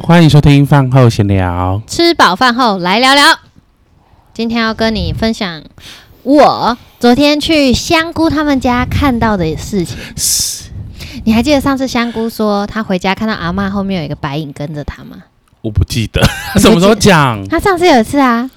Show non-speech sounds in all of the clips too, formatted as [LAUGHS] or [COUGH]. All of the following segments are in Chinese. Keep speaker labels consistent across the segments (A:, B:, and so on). A: 欢迎收听饭后闲聊。
B: 吃饱饭后来聊聊。今天要跟你分享我昨天去香菇他们家看到的事情。你还记得上次香菇说她回家看到阿嬷后面有一个白影跟着她吗？
A: 我不记得 [LAUGHS] 什么时候讲，
B: 她上次有一次啊，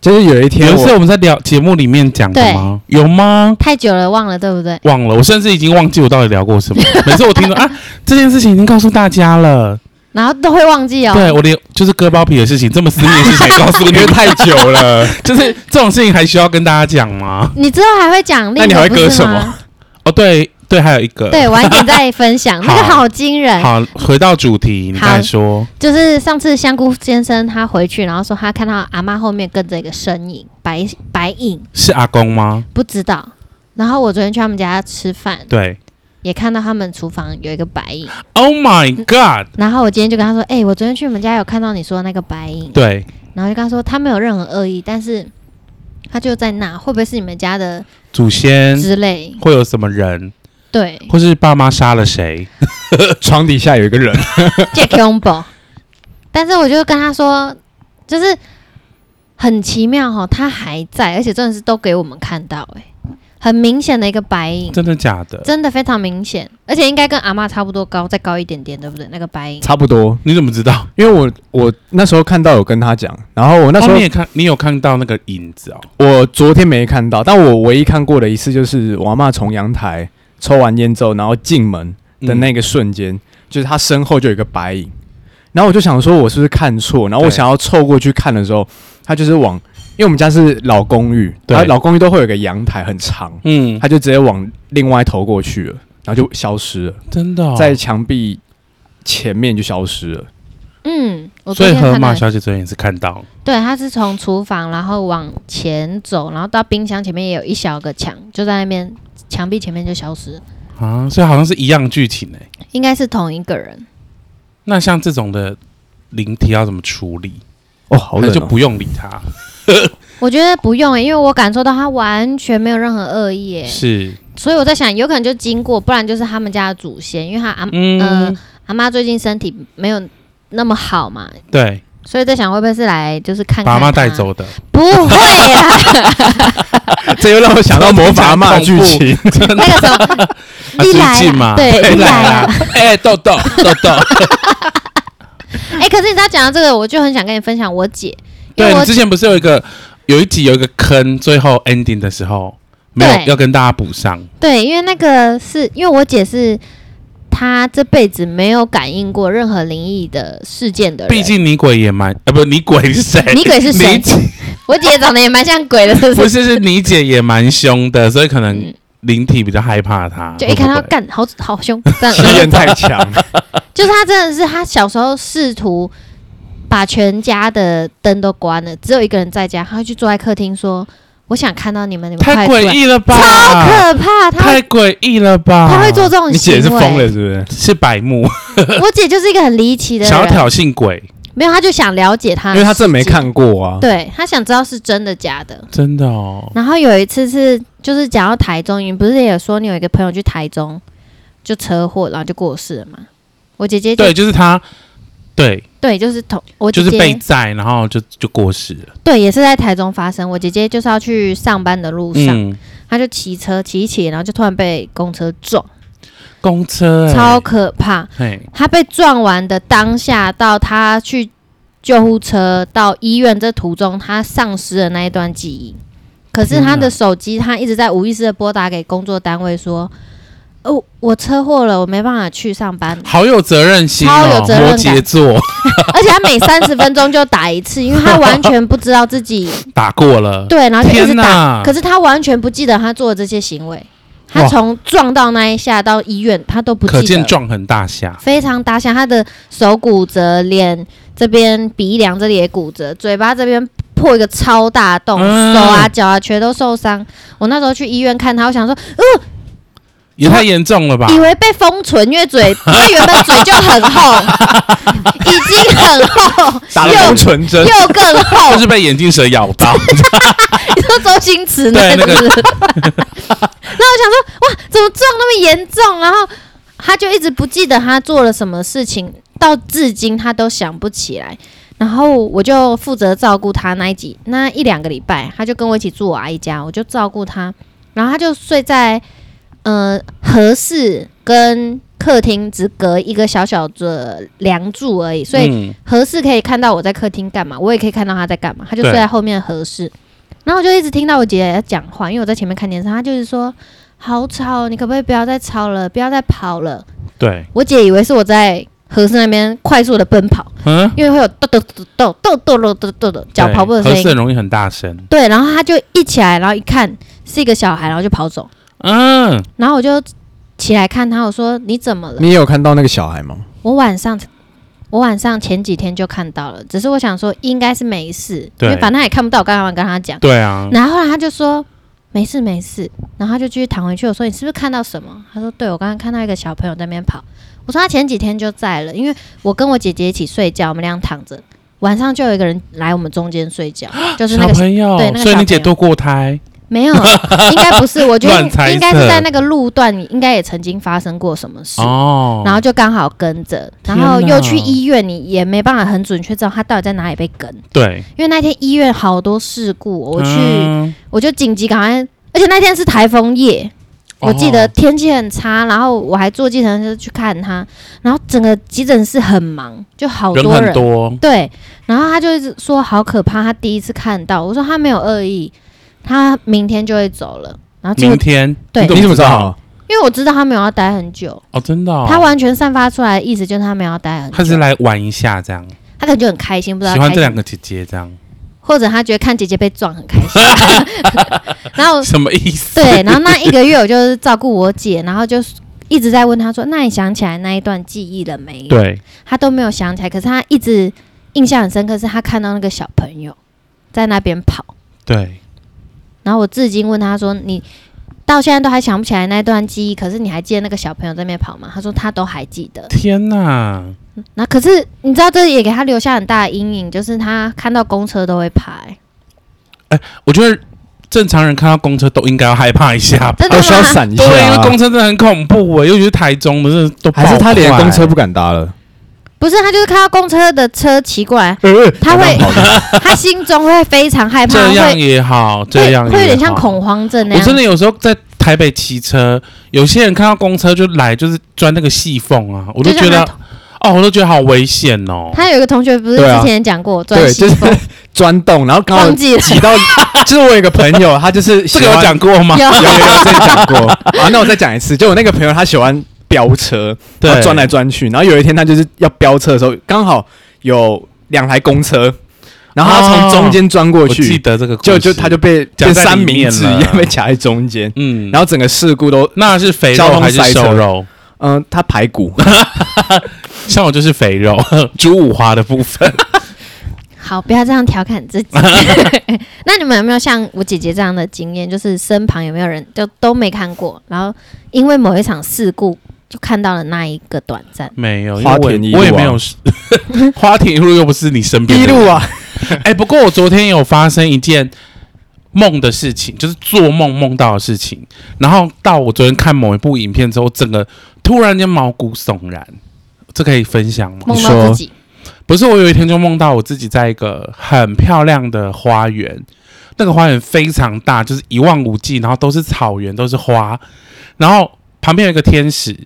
C: 就是有一
A: 有
C: 天
A: 一次
C: 我
A: 我们在聊节目里面讲的吗？有吗？
B: 太久了忘了，对不对？
A: 忘了，我甚至已经忘记我到底聊过什么。每次我听到啊，这件事情已经告诉大家了，
B: 然后都会忘记哦。
A: 对我连就是割包皮的事情这么私密的事情还告诉
C: 因
A: 你
C: 为
A: 们，
C: 太久了，
A: [LAUGHS] 就是这种事情还需要跟大家讲吗？
B: 你之后还会讲另
C: 那
B: 一
C: 你还
B: 个，
C: 会
B: 不是
C: 割什
B: 吗
C: 么？
A: 哦，对对，还有一个，
B: 对，晚一点再分
C: [LAUGHS]
B: 享，那个
A: 好
B: 好惊人。
A: 好，回到主题，你刚才说
B: 就是上次香菇先生他回去，然后说他看到阿嬷后面跟着一个身影，白白影，
A: 是阿公吗？
B: 不知道。然后我昨天去他们家吃饭，
A: 对
B: 也看到他们厨房有一个白影。
A: ，Oh my God，
B: 然后我今天就跟他说：“哎、我昨天去你们家有看到你说的那个白影。
A: 对，”
B: 然后就跟他说他没有任何恶意，但是他就在那，会不会是你们家的
A: 祖先
B: 之类？
A: 会有什么人，
B: 对
A: 或是爸妈杀了谁？ [LAUGHS]
C: 床底下有一个人，
B: ，Jack Umbo。但是我就跟他说，就是很奇妙哈、哦，他还在，而且真的是都给我们看到、哎，很明显的一个白影，
A: 真的假的？
B: 真的非常明显，而且应该跟阿嬷差不多高，再高一点点，对不对？那个白影。
C: [LAUGHS] 差不多。
A: 你怎么知道？
C: 因为我我那时候看到有跟他讲，然后我那时
A: 哦
C: 候
A: 你也看，你有看到那个影子哦？
C: 我昨天没看到，但我唯一看过的一次就是我阿妈从阳台抽完烟之后，然后进门的
A: 嗯
C: 那个瞬间，就是她身后就有一个白影，然后我就想说我是不是看错，然后我
A: 对
C: 想要凑过去看的时候，她就是往，因为我们家是老公寓，
A: 对
C: 然后老公寓都会有一个阳台很长，
A: 嗯，
C: 她就直接往另外头过去了，然后就消失了。
A: 真的、哦、
C: 在墙壁前面就消失了。
B: 嗯，我昨
A: 所以
B: 天
A: 河
B: 看到
A: 马小姐昨天也是看到，
B: 对，他是从厨房，然后往前走，然后到冰箱前面也有一小个墙，就在那边墙壁前面就消失，
A: 啊，所以好像是一样剧情哎、
B: 应该是同一个人。
A: 那像这种的灵体要怎么处理？
C: 哦，好
A: 那
C: 冷、
A: 就不用理他。
B: 我觉得不用、欸，因为我感受到他完全没有任何恶意、欸，
A: 是，
B: 所以我在想，有可能就经过，不然就是他们家的祖先，因为他阿、
A: 嗯，
B: 呃阿妈最近身体没有那么好嘛，
A: 对，
B: 所以在想会不会是来就是看看
A: 把妈
B: 他
A: 带？走的，
B: 不会啊啦，
C: 这又让我想到魔法骂剧
A: [LAUGHS]
C: 情，
B: 那个什么，
A: 啊
B: 一
A: 最近
B: 来
A: 嘛
B: 啊
A: [LAUGHS]
B: 对一来啊
A: 啊，哎、豆
B: [LAUGHS]
A: 豆豆豆，
B: 哎、可是你知道讲到这个，我就很想跟你分享我姐，因
A: 对
B: 为我
A: 你之前不是有一个有一集有一个坑，最后 ending 的时候没有
B: 对
A: 要跟大家补上，
B: 对，因为那个是因为我姐是她这辈子没有感应过任何灵异的事件的人，
A: 毕竟女鬼也蛮，啊不，女鬼是谁？
B: [LAUGHS] 你鬼是谁
A: 你姐？
B: 我姐长得也蛮像鬼的，是不
A: 不是，
B: 是？
A: 是你姐也蛮凶的，所以可能
B: 嗯
A: 灵体比较害怕她。
B: 就一哎看
A: 会
B: 到
A: 不会
B: 干好好凶，这样
C: 体验太
B: [LAUGHS]
C: 强。
B: 就是她真的是她小时候试图把全家的灯都关了，只有一个人在家，她会去坐在客厅说：“我想看到你们，你们
A: 太
B: 快
A: 诡
B: 出来。”
A: 异啊了吧？
B: 超可怕，她
A: 太
B: 会
A: 诡异了吧？
B: 她会做这种
C: 你
B: 行为。
C: 姐是疯了是不是？
A: 是白目，
B: 我姐就是一个很离奇的
A: 想要
B: 人，
A: 挑衅鬼，
B: 没有，她就想了解她，
C: 因为她真的没，看过
A: 哦
C: 啊。
B: 欸对她想知道是真的假的。
A: 真的哦。
B: 然后有一次是就是讲到台中，你不是也说你有一个朋友去台中就车祸，然后就过世了嘛？我姐姐就
A: 对，就是她，对，
B: 对就是同我姐
A: 就
B: 姐
A: 是被载，然后就就过世了。
B: 对也是在台中发生。我姐姐就是要去上班的路上，
A: 嗯，
B: 她就骑车骑一骑，然后就突然被公车撞，
A: 公车欸
B: 超可怕。
A: 嘿，
B: 她被撞完的当下到她去救护车到医院这途中，她丧失了那一段记忆。可是
A: 天
B: 她
A: 哪
B: 的手机，她一直在无意识的拨打给工作单位说：“哦，我车祸了，我没办法去上
A: [LAUGHS]
B: 班。
A: 好有责任心
B: 超
A: 哦
B: 有，责任感
A: 摩羯座
B: 而且她每三十分钟就打一次，因为她完全不知道
A: [LAUGHS]
B: 自己
A: 打过了。
B: 对，然后就一
A: 天
B: 直打。
A: 哪
B: 可是她完全不记得她做的这些行为，她
A: 哇
B: 从撞到那一下到医院，她都不记得。
A: 可见撞很大下，
B: 非常打响，他的手骨折，脸这边鼻梁这里也骨折，嘴巴这边破一个超大洞，
A: 嗯
B: 手啊脚啊全都受伤。我那时候去医院看他，我想说
A: 也太严重了吧？
B: 以为被封唇，因为嘴因为原本嘴就很厚，已经很厚，
C: 打了封纯真，
B: 又更厚 [LAUGHS]
A: 就。是被眼镜蛇咬到，
B: 你说周星驰那
A: 对那
B: 个
A: 个
B: 是不是？那我想说，哇，怎么撞那么严重？然后他就一直不记得他做了什么事情，到至今他都想不起来。然后我就负责照顾他那一集那一两个礼拜，他就跟我一起住我阿姨家，我就照顾他。然后他就睡在呃和室跟客厅只隔一个小小的梁柱而已，所以
A: 嗯
B: 合适可以看到我在客厅干嘛，我也可以看到他在干嘛，他就
A: 对
B: 睡在后面的合适。然后我就一直听到我姐姐讲话，因为我在前面看电视，她就是说好吵哦，你可不可以不要再吵了，不要再跑了？
A: 对，
B: 我姐以为是我在合适那边快速的奔跑，
A: 嗯，
B: 因为会有豆豆豆豆豆豆豆豆豆豆脚
A: 对
B: 跑步的声
A: 合适
B: 音。
A: 很容易很大声，
B: 对，然后她就一起来，然后一看是一个小孩，然后就跑走。
A: 嗯，
B: 然后我就起来看她，我说你怎么了？
C: 你也有看到那个小孩吗？
B: 我晚上，我晚上前几天就看到了，只是我想说应该是没事，因
A: 对
B: 为反正他也看不到，我干嘛跟他讲？
A: 对啊，
B: 然后后来他就说没事没事，然后他就继续躺回去。我说你是不是看到什么？他说对，我刚刚看到一个小朋友在那边跑。我说他前几天就在了，因为我跟我姐姐一起睡觉，我们俩躺着，晚上就有一个人来我们中间
A: [GASPS]
B: 睡觉，就是那
A: 小
B: 个
A: 朋友
B: 对那，个
A: 所以
B: 小
A: 你姐
B: 朋友
A: 堕过胎，
B: 没有，应该不是，我觉得
A: 乱猜
B: 应该是
A: 测
B: 在那个路段，应该也曾经发生过什么事。
A: 哦，
B: 然后就刚好跟着，
A: 天
B: 然后又
A: 哪
B: 去医院，你也没办法很准确知道他到底在哪里被跟，
A: 对，
B: 因为那天医院好多事故，我去、
A: 嗯
B: 我就紧急赶快，而且那天是台风夜，我记得
A: 哦
B: 天气很差，然后我还坐计程车去看他，然后整个急诊室很忙，就好
A: 哦人
B: 多人，
A: 很多，
B: 对，然后他就一直说好可怕，他第一次看到，我说他没有恶意，他明天就会走了，然后结果
A: 明天
B: 对
C: 你怎么知道？？
B: 因为我知道他没有要待很久，
A: 哦，真的哦，
B: 他完全散发出来的意思就是他没有要待很久，
A: 他是来玩一下这样，
B: 他可能就很开心，不知道
A: 喜欢这两
B: 个，
A: 个姐姐这样，
B: 或者他觉得看姐姐被撞很开
A: [LAUGHS]
B: 心。然后
A: 什么意思？
B: 对，然后那一个月我就是照顾我姐，然后就一直在问她说：“那你想起来那一段记忆了没有？”
A: 对，
B: 她都没有想起来，可是她一直印象很深刻，是她看到那个小朋友在那边跑。
A: 对，
B: 然后我至今问她说：“你到现在都还想不起来那段记忆，可是你还记得那个小朋友在那边跑吗？”她说：“她都还记得。”
A: 天哪，
B: 那可是你知道，这也给她留下很大的阴影，就是她看到公车都会爬、欸
A: 哦我觉得正常人看到公车都应该要害怕一下吧。
B: 真的
C: 都
B: 吗？
C: 需要闪一下、
A: 对，因为
C: 啊
A: 公。车真的很恐怖哎、尤其是台中的，真的都爆欸
C: 还是他连
A: 快
C: 公车不敢搭了，
B: 不是，他就是看到公车的车骑过来，他会， [LAUGHS] 他心中会非常害怕，
A: 这样
B: 哎会
A: 也好，这样
B: 会
A: 也
B: 会有点像
A: 好
B: 恐慌症那
A: 我真
B: 样。
A: 的有时候在台北骑车，有些人看到公车就来，就是钻那个细缝啊，我都
B: 就像
A: 觉得
B: 他
A: 哦，我都觉得好危险哦。
B: 他有一个同学不是
C: 对啊
B: 之前讲过钻
C: 对，
B: 西
C: 就是
B: 风，
A: [LAUGHS]
C: 钻洞，然后刚好
B: 忘记了
C: 挤到， [LAUGHS] 就是我有一个朋友，他就是
A: 这
C: 这
A: 个有讲过吗？
B: 有
C: 有有有之前讲过啊，那我再讲一次，就我那个朋友他喜欢飙车，
A: 对
C: 然后钻来钻去，然后有一天他就是要飙车的时候，刚好有两台公车，然后他从中间钻过
A: 哦我记
C: 去，
A: 得这个故
C: 就
A: 事，
C: 就他就被
A: 夹
C: 变
A: 在
C: 三
A: 里
C: 明
A: 面
C: 治
A: 了
C: 一样被夹在中间，
A: 嗯，
C: 然后整个事故都，
A: 那是肥
C: 交
A: 肉
C: 通
A: 还是
C: 塞车
A: 瘦肉？
C: 嗯、 [LAUGHS] 他排骨，
A: 像我就是肥肉， [LAUGHS] 猪五花的部分。
B: 好，不要这样调侃自己。 [LAUGHS] 那你们有没有像我姐姐这样的经验？就是身旁有没有人就都没看过，然后因为某一场事故就看到了那一个短暂？
A: 没有，因
C: 花
A: 为我也
C: 田一
A: 我也
C: 路啊
A: 没有是 [LAUGHS] 花田一路又不是你身边
C: 一
A: 的人
C: 路啊，
A: 哎、不过我昨天有发生一件梦的事情，就是做梦梦到的事情。然后到我昨天看某一部影片之后，我整个突然间毛骨悚然。这可以分享吗？
B: 梦到自己，
A: 不是，我有一天就梦到我自己在一个很漂亮的花园，那个花园非常大，就是一望无际，然后都是草原，都是花，然后旁边有一个天使。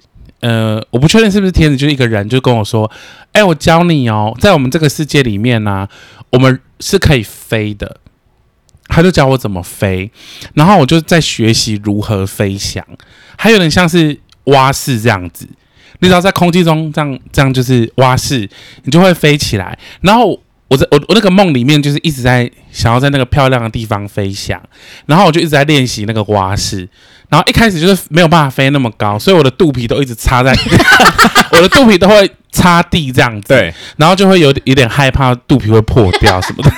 A: 呃，我不确定是不是天使，就是一个人，就跟我说：“哎、我教你哦，在我们这个世界里面啊呢、我们是可以飞的。”他就教我怎么飞，然后我就在学习如何飞翔，还有点像是蛙式这样子，你只要在空气中这样这样就是蛙式，你就会飞起来。然后我在我我那个梦里面就是一直在想要在那个漂亮的地方飞翔，然后我就一直在练习那个蛙式。然后一开始就是没有办法飞那么高，所以我的肚皮都一直插在， [LAUGHS] 我的肚皮都会插地这样子。，
C: [LAUGHS] 对，
A: 然后就会有点有点害怕肚皮会破掉什么的。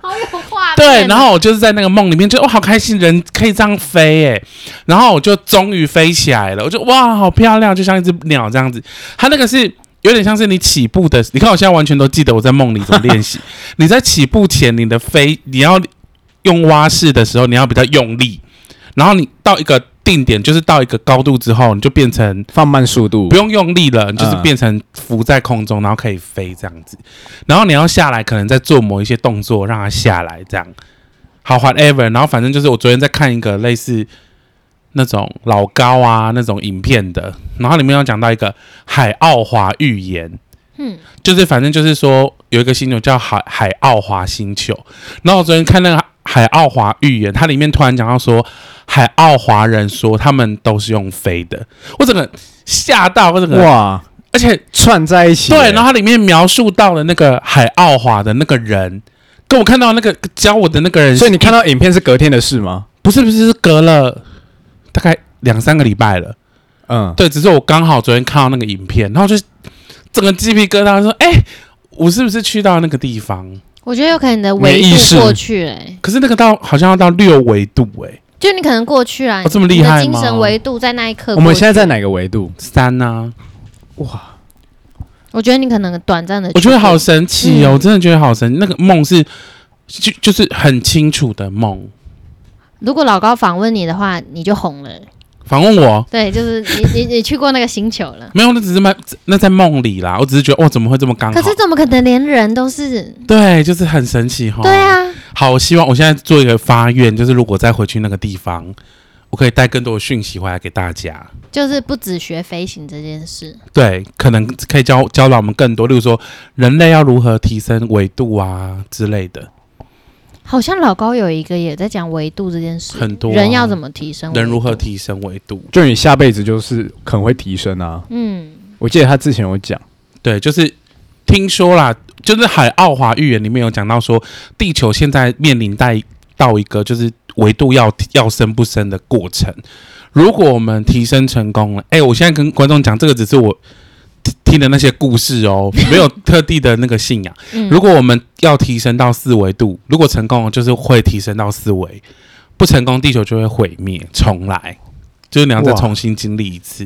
B: 好有画
A: 对，然后我就是在那个梦里面，就哇好开心，人可以这样飞哎，然后我就终于飞起来了，我就哇好漂亮，就像一只鸟这样子。它那个是有点像是你起步的，你看我现在完全都记得我在梦里怎么练习。你在起步前，你的飞你要用蛙式的时候，你要比较用力，然后你到一个定点就是到一个高度之后，你就变成
C: 放慢速度
A: 不，用用力了，你就是变成浮在空中，然后可以飞这样子。然后你要下来，可能在做某一些动作让它下来，这样。好，whatever。然后反正就是我昨天在看一个类似那种老高啊那种影片的，然后里面有讲到一个海奥华预言，
B: 嗯，
A: 就是反正就是说有一个星球叫海海奥华星球，然后我昨天看那个海奥华预言，它里面突然讲到说海奥华人说他们都是用飞的，我整个吓到，我整个，
C: 哇，
A: 而且
C: 串在一起。
A: 对，然后它里面描述到了那个海奥华的那个人，跟我看到那个教我的那个人，
C: 所以你看到影片是隔天的事吗？
A: 不是不是是隔了大概两三个礼拜了。
C: 嗯，
A: 对，只是我刚好昨天看到那个影片，然后就整个鸡皮疙瘩，说：“哎、我是不是去到那个地方？
B: 我觉得有可能你的
C: 没
B: 维
C: 意识
B: 度过去了、欸
A: 可是那个到好像要到六维度、哎，
B: 就你可能过去了、
A: 哦这么厉
B: 你的
A: 害
B: 精
A: 吗
B: 神维度在那一刻。
C: 我们现在在？哪个维度？
A: 三啊呢、
C: 哇，
B: 我觉得你可能短暂的，
A: 我觉得好神奇哦，
B: 嗯
A: 我真的觉得好神奇。那个梦是就就是很清楚的梦。
B: 如果老高访问你的话，你就红了。
A: 反问我
B: 对，就是你 [LAUGHS] 你你去过那个星球了。
A: 没有，那只是那那在梦里啦。我只是觉得哇，哦怎么会这么刚好
B: 可？是怎么可能连人都是？
A: 对，就是很神奇哈。
B: 对。啊，
A: 好，我希望我现在做一个发愿，就是如果再回去那个地方，我可以带更多的讯息回来给大家。
B: 就是不只学飞行这件事。
A: 对，可能可以教教导我们更多，例如说人类要如何提升维度啊之类的，
B: 好像老高有一个也在讲维度这件事，
A: 很多啊
B: 人要怎么提升，
A: 人如何，提升维度？
C: 就你下辈子就是可能会提升啊。
B: 嗯，
C: 我记得他之前有讲，
A: 对，就是听说啦，就是海奥华预言里面有讲到说，地球现在面临在到一个就是维度要要升不升的过程。如果我们提升成功了，哎、我现在跟观众讲，这个只是我听听的那些故事哦，没有特地的那个信仰。
B: 嗯
A: 如果我们要提升到四维度，如果成功了，就是会提升到四维；不成功，地球就会毁灭，重来，就是你要再
C: 哇
A: 重新经历一次。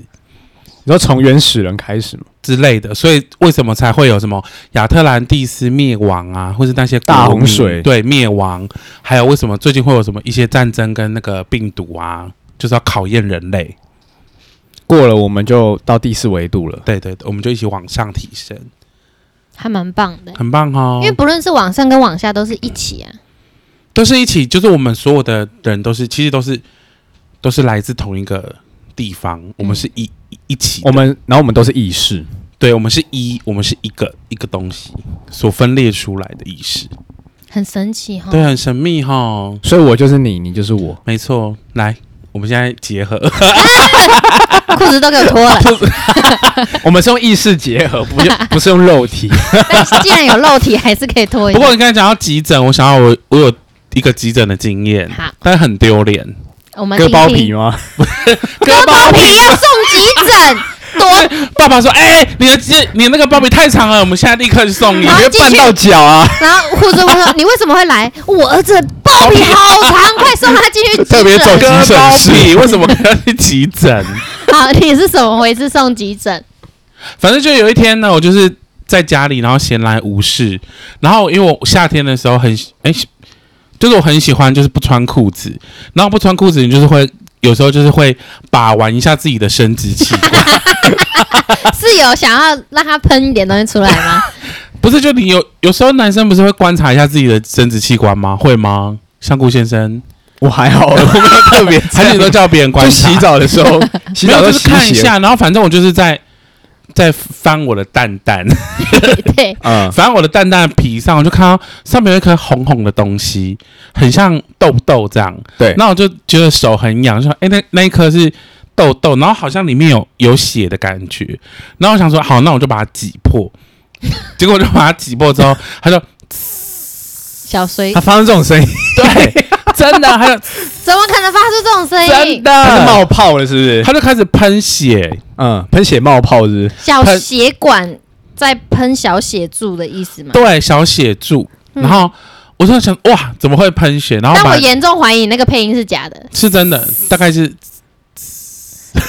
C: 你说从原始人开始嘛，
A: 之类的，所以为什么才会有什么亚特兰蒂斯灭亡啊，或是那些国
C: 大洪
A: 民
C: 水
A: 对灭亡，还有为什么最近会有什么一些战争跟那个病毒啊，就是要考验人类。
C: 过了我们就到第四维度了。
A: 对对对，我们就一起往上提升，
B: 还蛮棒的。
A: 很棒哦
B: 因为。不论是往上跟往下都是一起啊，
A: 都是一起，就是我们所有的人都是，其实都是都是来自同一个地方，我们是一一一起的，
C: 我们，然后我们都是意识，
A: 对，我们是一，我们是一个一个东西所分裂出来的意识，
B: 很神奇哈。
A: 对，啊很神秘哦哈。
C: 所以我就是你，你就是我。
A: 没错，来，我们现在结合。
B: 裤子都给我脱了。
A: [LAUGHS]
C: 我们是用意识结合，不是 [LAUGHS] 不是用肉体。
B: 但是既然有肉体，还是可以脱
A: [LAUGHS]
B: 一
A: 不
B: 下。
A: 过你刚才讲到急诊，我想要我我有一个急诊的经验
B: 好，
A: 但很丢脸，
B: [LAUGHS] 我们
C: 割
B: 听
C: 包
B: 听
C: 皮，吗？
A: 割包
B: 皮
A: 皮。
B: 要送急诊，多
A: 爸爸说：“哎、你的急，你那个包皮太长了，我们现在立刻去送
B: [LAUGHS]
A: 你
B: 好。
C: 你会绊到脚啊！
B: 然后护士问说：“你为什么会来？”我儿子的包皮好长，快送他进去急
C: 特别重
B: 诊。
A: 割
C: 急诊
A: 包
C: 室
A: 皮为什么要去急
B: [LAUGHS]
A: 诊？
B: 好，你是怎么回事？送急诊？
A: 反正就有一天呢，我就是在家里，然后闲来无事，然后因为我夏天的时候很哎、就是我很喜欢就是不穿裤子，然后不穿裤子，你就是会有时候就是会把玩一下自己的生殖器官。”
B: 是有想要让他喷一点东西出来吗？
A: 不是，就你有有时候男生不是会观察一下自己的生殖器官吗？会吗？香菇先生，
C: 我还好，我没有特 [LAUGHS] 别这
A: 还
C: 样。
A: 是你都叫别人观
C: 就
A: 察？
C: 洗澡的
A: [LAUGHS]
C: 时候，洗
A: 没
C: 澡
A: 有，
C: 都
A: 就是
C: 洗啊
A: 看一
C: 洗。
A: 下，然后反正我就是在在翻我的蛋蛋，
C: [LAUGHS]
B: 对，
C: 嗯，
A: 翻我的蛋蛋皮上，我就看到上面有一颗红红的东西，很像痘痘这样。
C: 对
A: 那我就觉得手很痒，说：“哎、那那一颗是痘痘，然后好像里面有有血的感觉。”然后我想说：“好，那我就把它挤破。”结果我就把它挤破之后，他就
B: 小水
C: 他发生这种声音，
A: 对，真的，他就
B: 怎么可能发出这种声
A: 真
B: 音？
C: 他是
A: 的，
C: 冒泡了，是不是？
A: 他就开始喷血，
C: 嗯，喷血冒泡是不是
B: 小血管在喷小血柱的意思吗？
A: 对，小血柱。
B: 嗯
A: 然后我就想，哇，怎么会喷血？然后
B: 但
A: 把
B: 我严重怀疑那个配音是假的。
A: 是真的，大概是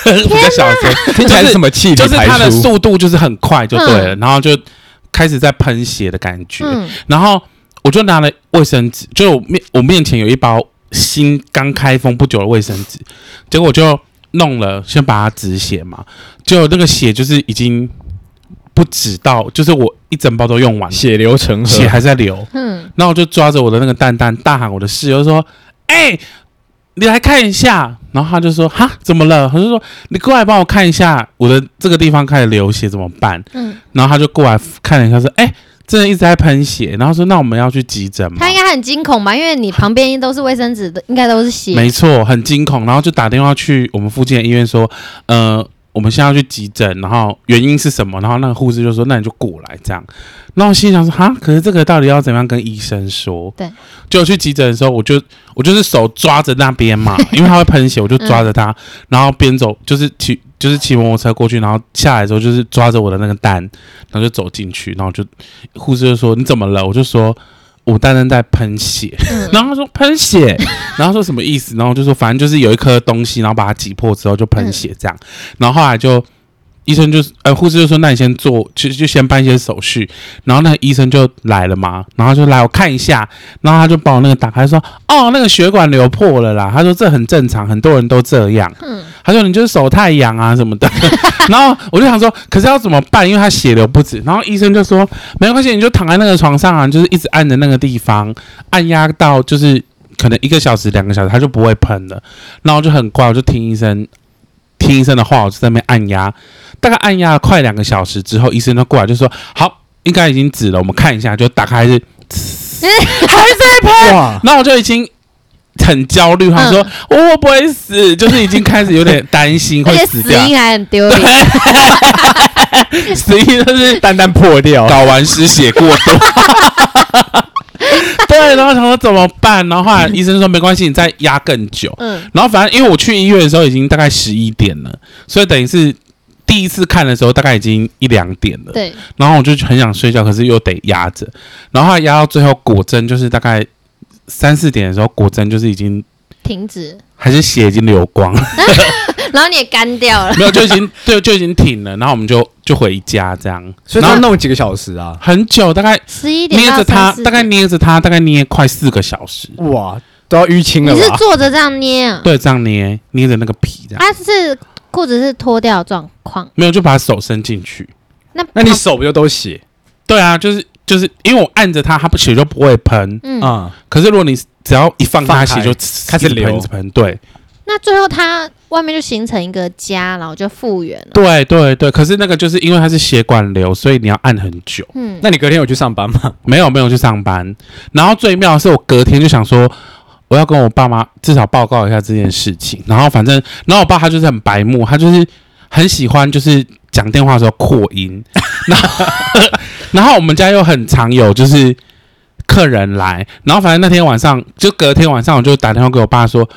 A: 比较小声，
C: 听起来是什么气体
A: 就是
C: 排
A: 它的
C: 出？
A: 速度就是很快就对了，然后就开始在喷血的感觉。
B: 嗯，
A: 然后我就拿了卫生纸，就我面我面前有一包新刚开封不久的卫生纸，结果我就弄了，先把它止血嘛，结果那个血就是已经不止到，就是我一整包都用完了，
C: 血流成河，
A: 血还在流。
B: 嗯，
A: 然后我就抓着我的那个蛋蛋，大喊我的室友说：“哎、你来看一下。”然后他就说：“哈，怎么了？”他就说：“你过来帮我看一下，我的这个地方开始流血怎么办？”
B: 嗯，
A: 然后他就过来看了一下，说：“哎、真的一直在喷血。”然后说：“那我们要去急诊吗
B: 他应该很惊恐吧？因为你旁边都是卫生纸，应该都是？”血。
A: 没错，很惊恐，然后就打电话去我们附近的医院说：“呃，我们现在要去急诊，然后原因是什么？”然后那个护士就说：“那你就过来这样。”然后我心里想说：“哈，可是这个到底要怎么样跟医生说？”
B: 对，
A: 就去急诊的时候，我就我就是手抓着那边嘛，因为他会喷血，我就抓着他，然后边走就是骑就是骑摩托车过去，然后下来的时候就是抓着我的那个蛋，然后就走进去，然后就护士就说你怎么了？我就说我蛋蛋在喷血， [LAUGHS] 然后他说喷血， [LAUGHS] 然后说什么意思？然后我就说反正就是有一颗东西，然后把它挤破之后就喷血这样，然后后来就。医生就呃，护士就说：“那你先做，就就先办一些手续。”然后那个医生就来了嘛，然后就来我看一下，然后他就把我那个打开，说：“哦，那个血管流破了啦。”他说：“这很正常，很多人都这样。”
B: 嗯
A: 他说：“你就是手太痒啊什么的。” [LAUGHS] 然后我就想说：“可是要怎么办？因为他血流不止。”然后医生就说：“没关系，你就躺在那个床上啊，就是一直按着那个地方，按压到就是可能一个小时、两个小时，它就不会喷了。”然后我就很乖，我就听医生听医生的话，我就在那边按压，大概按压了快两个小时之后，医生就过来就说：“好，应该已经止了，我们看一下。”就打开是。
B: [LAUGHS]
C: 哇，
A: 然后我就已经很焦虑，他说、哦我会不会死，就是已经开始有点担心
B: 而
A: 会
B: 且
A: 死
B: 死
A: 掉，
B: [LAUGHS] 因还很丢脸。
A: 死因就是
C: 蛋蛋破掉，
A: 睾丸失血过多。 [LAUGHS] 对，然后想说怎么办，然后后来医生说没关系，你再压更久。
B: 嗯
A: 然后反正因为我去医院的时候已经大概十一点了，所以等于是第一次看的时候大概已经一两点了，。
B: 对，
A: 然后我就很想睡觉，可是又得压着，然后后来压到最后，果真就是大概三四点的时候，果真就是已经
B: 停止，
A: 还是血已经流光了，
B: 然后你也干掉了。
A: [LAUGHS] 没有就已经对就已经停了，然后我们就就回家这样，
C: 所以
A: 然
C: 他
A: 后
C: 弄几个小时啊，
A: 很久，大概
B: 十一点
A: 捏
B: 到
A: 着它
B: 三，四
A: 大概
B: 点
A: 捏着它，大概捏快四个小时，
C: 哇，都要淤青了
B: 你是
C: 吧？
B: 坐着这样捏啊？
A: 对，这样捏捏着那个皮这样，
B: 他是裤子是脱掉的状况。
A: 没有就把手伸进去，
B: 那
C: 那你手不就都血？
A: 对啊，就是就是因为我按着它，它不血就不会喷，
B: 嗯，
C: 嗯，
A: 可是如果你只要一放它，
C: 放
A: 血
C: 开
A: 就
C: 开始
A: 一直喷
C: 流
A: 一直喷，对
B: 那最后它外面就形成一个痂，然后就复原了。
A: 对对对，可是那个就是因为它是血管瘤，所以你要按很久。
B: 嗯，
C: 那你隔天有去上班吗？
A: 没有没有去上班。然后最妙的是我隔天就想说，我要跟我爸妈至少报告一下这件事情。然后反正，然后我爸他就是很白目，他就是很喜欢就是讲电话的时候扩音。然后然后我们家又很常有就是客人来，然后反正那天晚上就隔天晚上我就打电话给我爸说。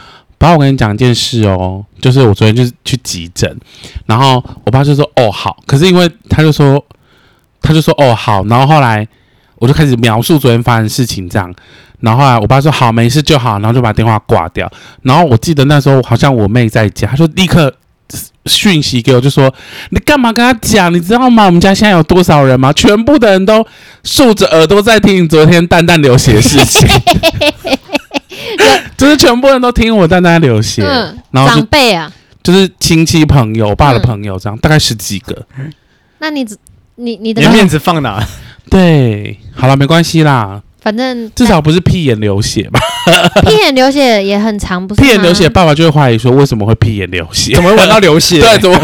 A: 爸，我跟你讲一件事哦，就是我昨天就是去急诊，然后我爸就说哦好，可是因为他就说他就说哦好，然后后来我就开始描述昨天发生的事情这样，然后后来我爸说好没事就好，然后就把电话挂掉。然后我记得那时候好像我妹在家，她就立刻讯息给我，就说你干嘛跟他讲？你知道吗？我们家现在有多少人吗？全部的人都竖着耳朵在听你昨天蛋蛋流血的事情。 [LAUGHS] 就是全部人都听我蛋蛋流血，
B: 嗯，
A: 然后
B: 长
A: 就
B: 辈啊，
A: 就是亲戚朋友、我爸的朋友这样，大概十几个。
B: 那你只你你
A: 嗯
B: 的
C: 你的面子
A: [LAUGHS]
C: 放哪？
A: 对，好了，没关系啦，
B: 反
A: [LAUGHS]
B: 正
A: 至少不是屁眼流血吧？
B: 屁眼流血也很长，不是吗
A: 屁眼流血， [LAUGHS] 爸爸就会怀疑说为什么会屁眼流血？
C: 怎么会闻到流血？
A: 对，， [LAUGHS] 怎么？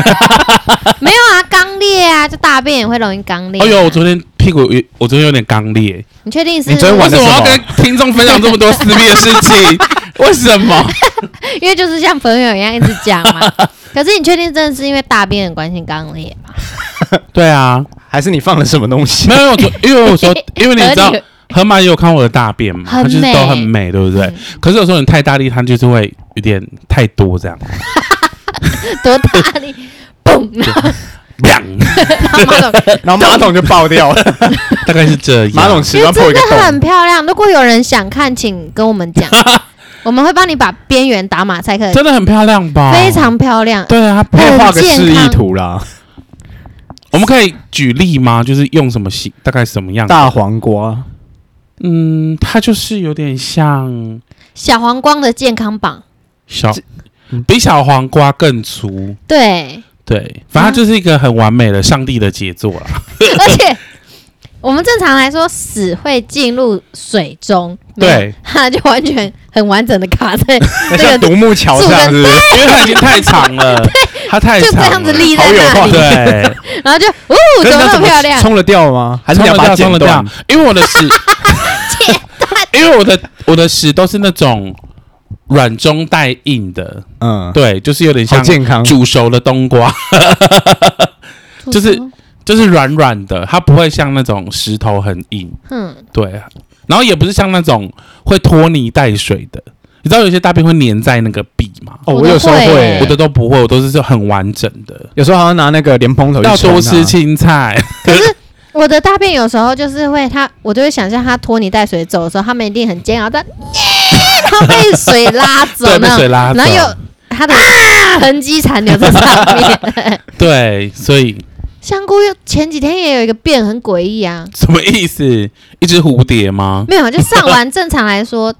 B: 没有啊，肛裂啊，就大便也会容易肛裂啊。
A: [LAUGHS] 哎呦，我昨天屁股有，我昨天有点刚裂。
B: 你确定是？
C: 你昨天
A: 为
C: 玩
A: 什
C: 的
A: 么
C: 什
A: 我
C: 么
A: 要跟听众分享这么多私密的事情？为什么？
B: 因为就是像朋友一样一直讲嘛。可是你确定真的是因为大便的关系肛裂吗？
A: 对啊，
C: 还是你放了什么东西
A: 没？有，我昨因为我说，因为你知道
B: [LAUGHS] 合理，
A: 河马也有看我的大便嘛，它
B: 很
A: 就是都
B: 美
A: 很美，对不对
B: 嗯？
A: 可是有时候你太大力，它就是会有点太多这样。
B: 多大力？嘣！
A: 砰
B: 然后马桶
C: 然后马桶就爆掉
A: [LAUGHS]
C: 了，
A: 大概是这样。
C: 马桶池
B: 因为
C: 端破
B: 真
C: 一个
B: 的
C: 洞
B: 很。漂亮。如果有人想看，请跟我们讲，我们会帮你把边缘打马赛克，
A: 真的很漂亮吧？
B: 非。常漂亮。
A: 对啊，它
C: 可以画个示意图啦，
A: 我们可以举例吗？就是用什么形，嗯大概什么样？
C: 大黄瓜，
A: 嗯，它就是有点像
B: 小黄瓜的健康榜，
A: 小
C: 这嗯
A: 比小黄瓜更粗，
B: 对，
A: 对，反正它就是一个很完美的上帝的杰作啦。 [LAUGHS]
B: 而且我们正常来说，屎会进入水中，
A: 对
B: 没有， [LAUGHS] 它就完全很完整的卡在
C: 那
B: 这
C: 像
B: 个，
C: 独木桥
B: 树
C: 上
B: 根
C: 是不是？
A: 因为它已经太长了，它太
B: 就
A: 长
B: 这
A: 了，
B: 样子立在
C: 好有
B: 那
C: 画
B: 里，
A: 对，
B: 然后就呜，
C: 可
B: 怎
C: 是
B: 么那
C: 那
B: 么漂亮？
C: 冲得掉吗？还是你
A: 冲
C: 要
A: 得
C: 把它
A: 掉，
C: 剪
A: 冲得掉
C: 断？，
A: 因为我的
C: [LAUGHS]
A: 屎，因为我的我的屎都是那种软中带硬的，
C: 嗯，
A: 对，就是有点
C: 好
A: 像
C: 健康。
A: 煮熟的冬瓜，就是就是软软的，它不会像那种石头很硬，
B: 嗯，
A: 对，啊然后也不是像那种会拖泥带水的。你知道有些大便会粘在那个壁吗？
C: 哦，
B: 我
C: 我
B: 都
C: 有时候
B: 会
C: 会
B: 耶
A: 我，的都不会，我都是很完整的。
C: 有时候还要拿那个莲蓬头去啊
A: 要
C: 冲
A: 多
C: 它
A: 吃青 [LAUGHS] 菜，
B: 可是。我的大便有时候就是会，它我就会想象它拖泥带水走的时候，它们一定很煎熬，但 [LAUGHS] 然后被水拉走，
A: 对，被
B: 那种
A: 水拉走
B: 然。后有它的痕迹残留在上面。
A: 对，所以
B: 香菇又前几天也有一个变很诡异啊，
A: 什么意思？一只蝴蝶吗？
B: 没有，啊就上完正常来说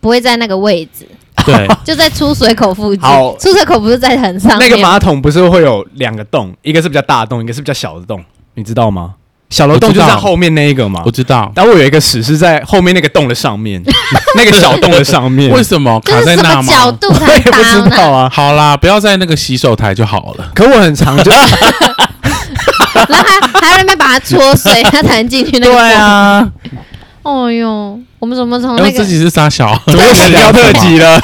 B: 不会在那个位置，
A: 对，
B: 就在出水口附近
C: 好。
B: 出水口不是在很上
C: 那
B: 面
C: 个马桶不是会有两个洞，一个是比较大的洞，一个是比较小的洞，你知道吗？小的洞
A: 我
C: 就
A: 知道
C: 是在后面那一个嘛
A: 我。知 [LAUGHS] 道。
C: 但我有一个屎是在后面那个洞的上 [LAUGHS] 面，那个小洞的上面，
A: 为什么
B: 就
A: 卡
B: 是
A: 在
B: 什
A: 那
B: 么角
A: 吗？
B: 度
C: [LAUGHS] 我
B: 才
C: 也不知
B: [LAUGHS] 搭呢？
C: 道啊。
A: 好啦，不要在那个洗手台就好了。
C: 可我很常就
B: 然后还还要那边把它搓碎，它才能进去那个。
A: 对，啊，
B: 哦呦，我们怎么从
A: 然后
B: 那
A: 哎自
B: 个
A: 己是傻 [LAUGHS] 小，
C: 怎么又
A: 在
C: 是
A: 聊
C: 聊特
A: 什么
C: 辑？ [LAUGHS] 了？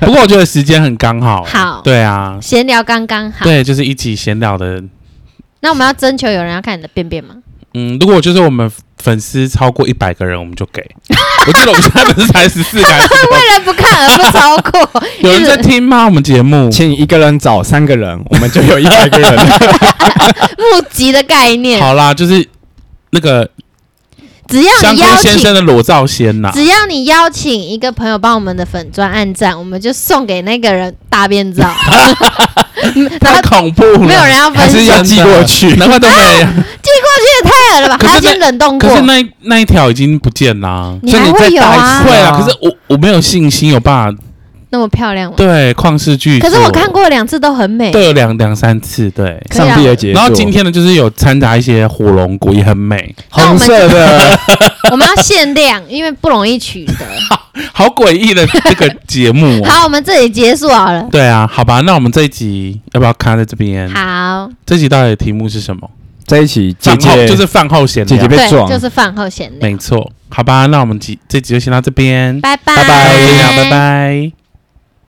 A: 不过我觉得时间很刚好。
B: 好
A: 对啊，
B: 闲聊刚刚好？
A: 对，就是一起闲聊的。
B: 那我们要征求有人要看你的便便吗？
A: 嗯，如果就是我们粉丝超过一百个人，我们就
B: [LAUGHS]
A: 给。我记得我们现在粉丝才十四个还是什么，
B: 为了不看而不超过，
A: [LAUGHS] 有人在听吗？我们节目
C: 请一个人找三个人，我们就有一百 [LAUGHS] 个人了。
B: 募集的概念，
A: 好啦，就是那个
B: 只要
A: 香
B: 你
A: 菇
B: 邀
A: 先
B: 请
A: 生啊的裸照先呐、
B: 只要你邀请一个朋友帮我们的粉砖按赞，我们就送给那个人大
A: [LAUGHS]
B: 便照，然
A: 太
B: 后
A: 恐怖了，
B: 没有人要分
C: 还是
B: 享，
C: 要寄过
B: [LAUGHS]
C: 去
A: 难怪都没有。
B: 寄过去也太恶了吧？
A: 可是
B: 还要
A: 那
B: 先冷冻过
A: 可，是那一那一条已经不见啦。
B: 你还
C: 所以
B: 会
C: 你
B: 有
C: 再打一
B: 啊
C: 次
A: 会
C: 对
A: 啊，
C: 啊
A: 可是我我没有信心有办法
B: 那么漂亮吗？
A: 对旷世巨作。
B: 可是我看过两次都很美，
A: 对有两两三次对。
B: 可以啊
C: 上帝的杰作，
A: 然后今天呢，就是有掺杂一些火龙果，也很美，
B: 那我
C: 红
B: 们 [LAUGHS]
C: 色的，
B: 我们要限量，
A: [LAUGHS]
B: 因为不容易取得。
A: 好诡异的这个节目哦。
B: [LAUGHS] 好，我们这里结束好了。
A: 对啊，好吧，那我们这一集要不要卡在这边？
B: 好，
A: 这集到底题目是什么？
C: 在一起姐
A: 饭后
C: 姐
A: 就是饭后闲聊，
C: 姐姐被
B: 对，
C: 撞
B: 就是饭后闲聊，
A: 没错。好吧，那我们集这集就先到这边，
B: 拜拜，
A: 拜拜，就这样，拜拜。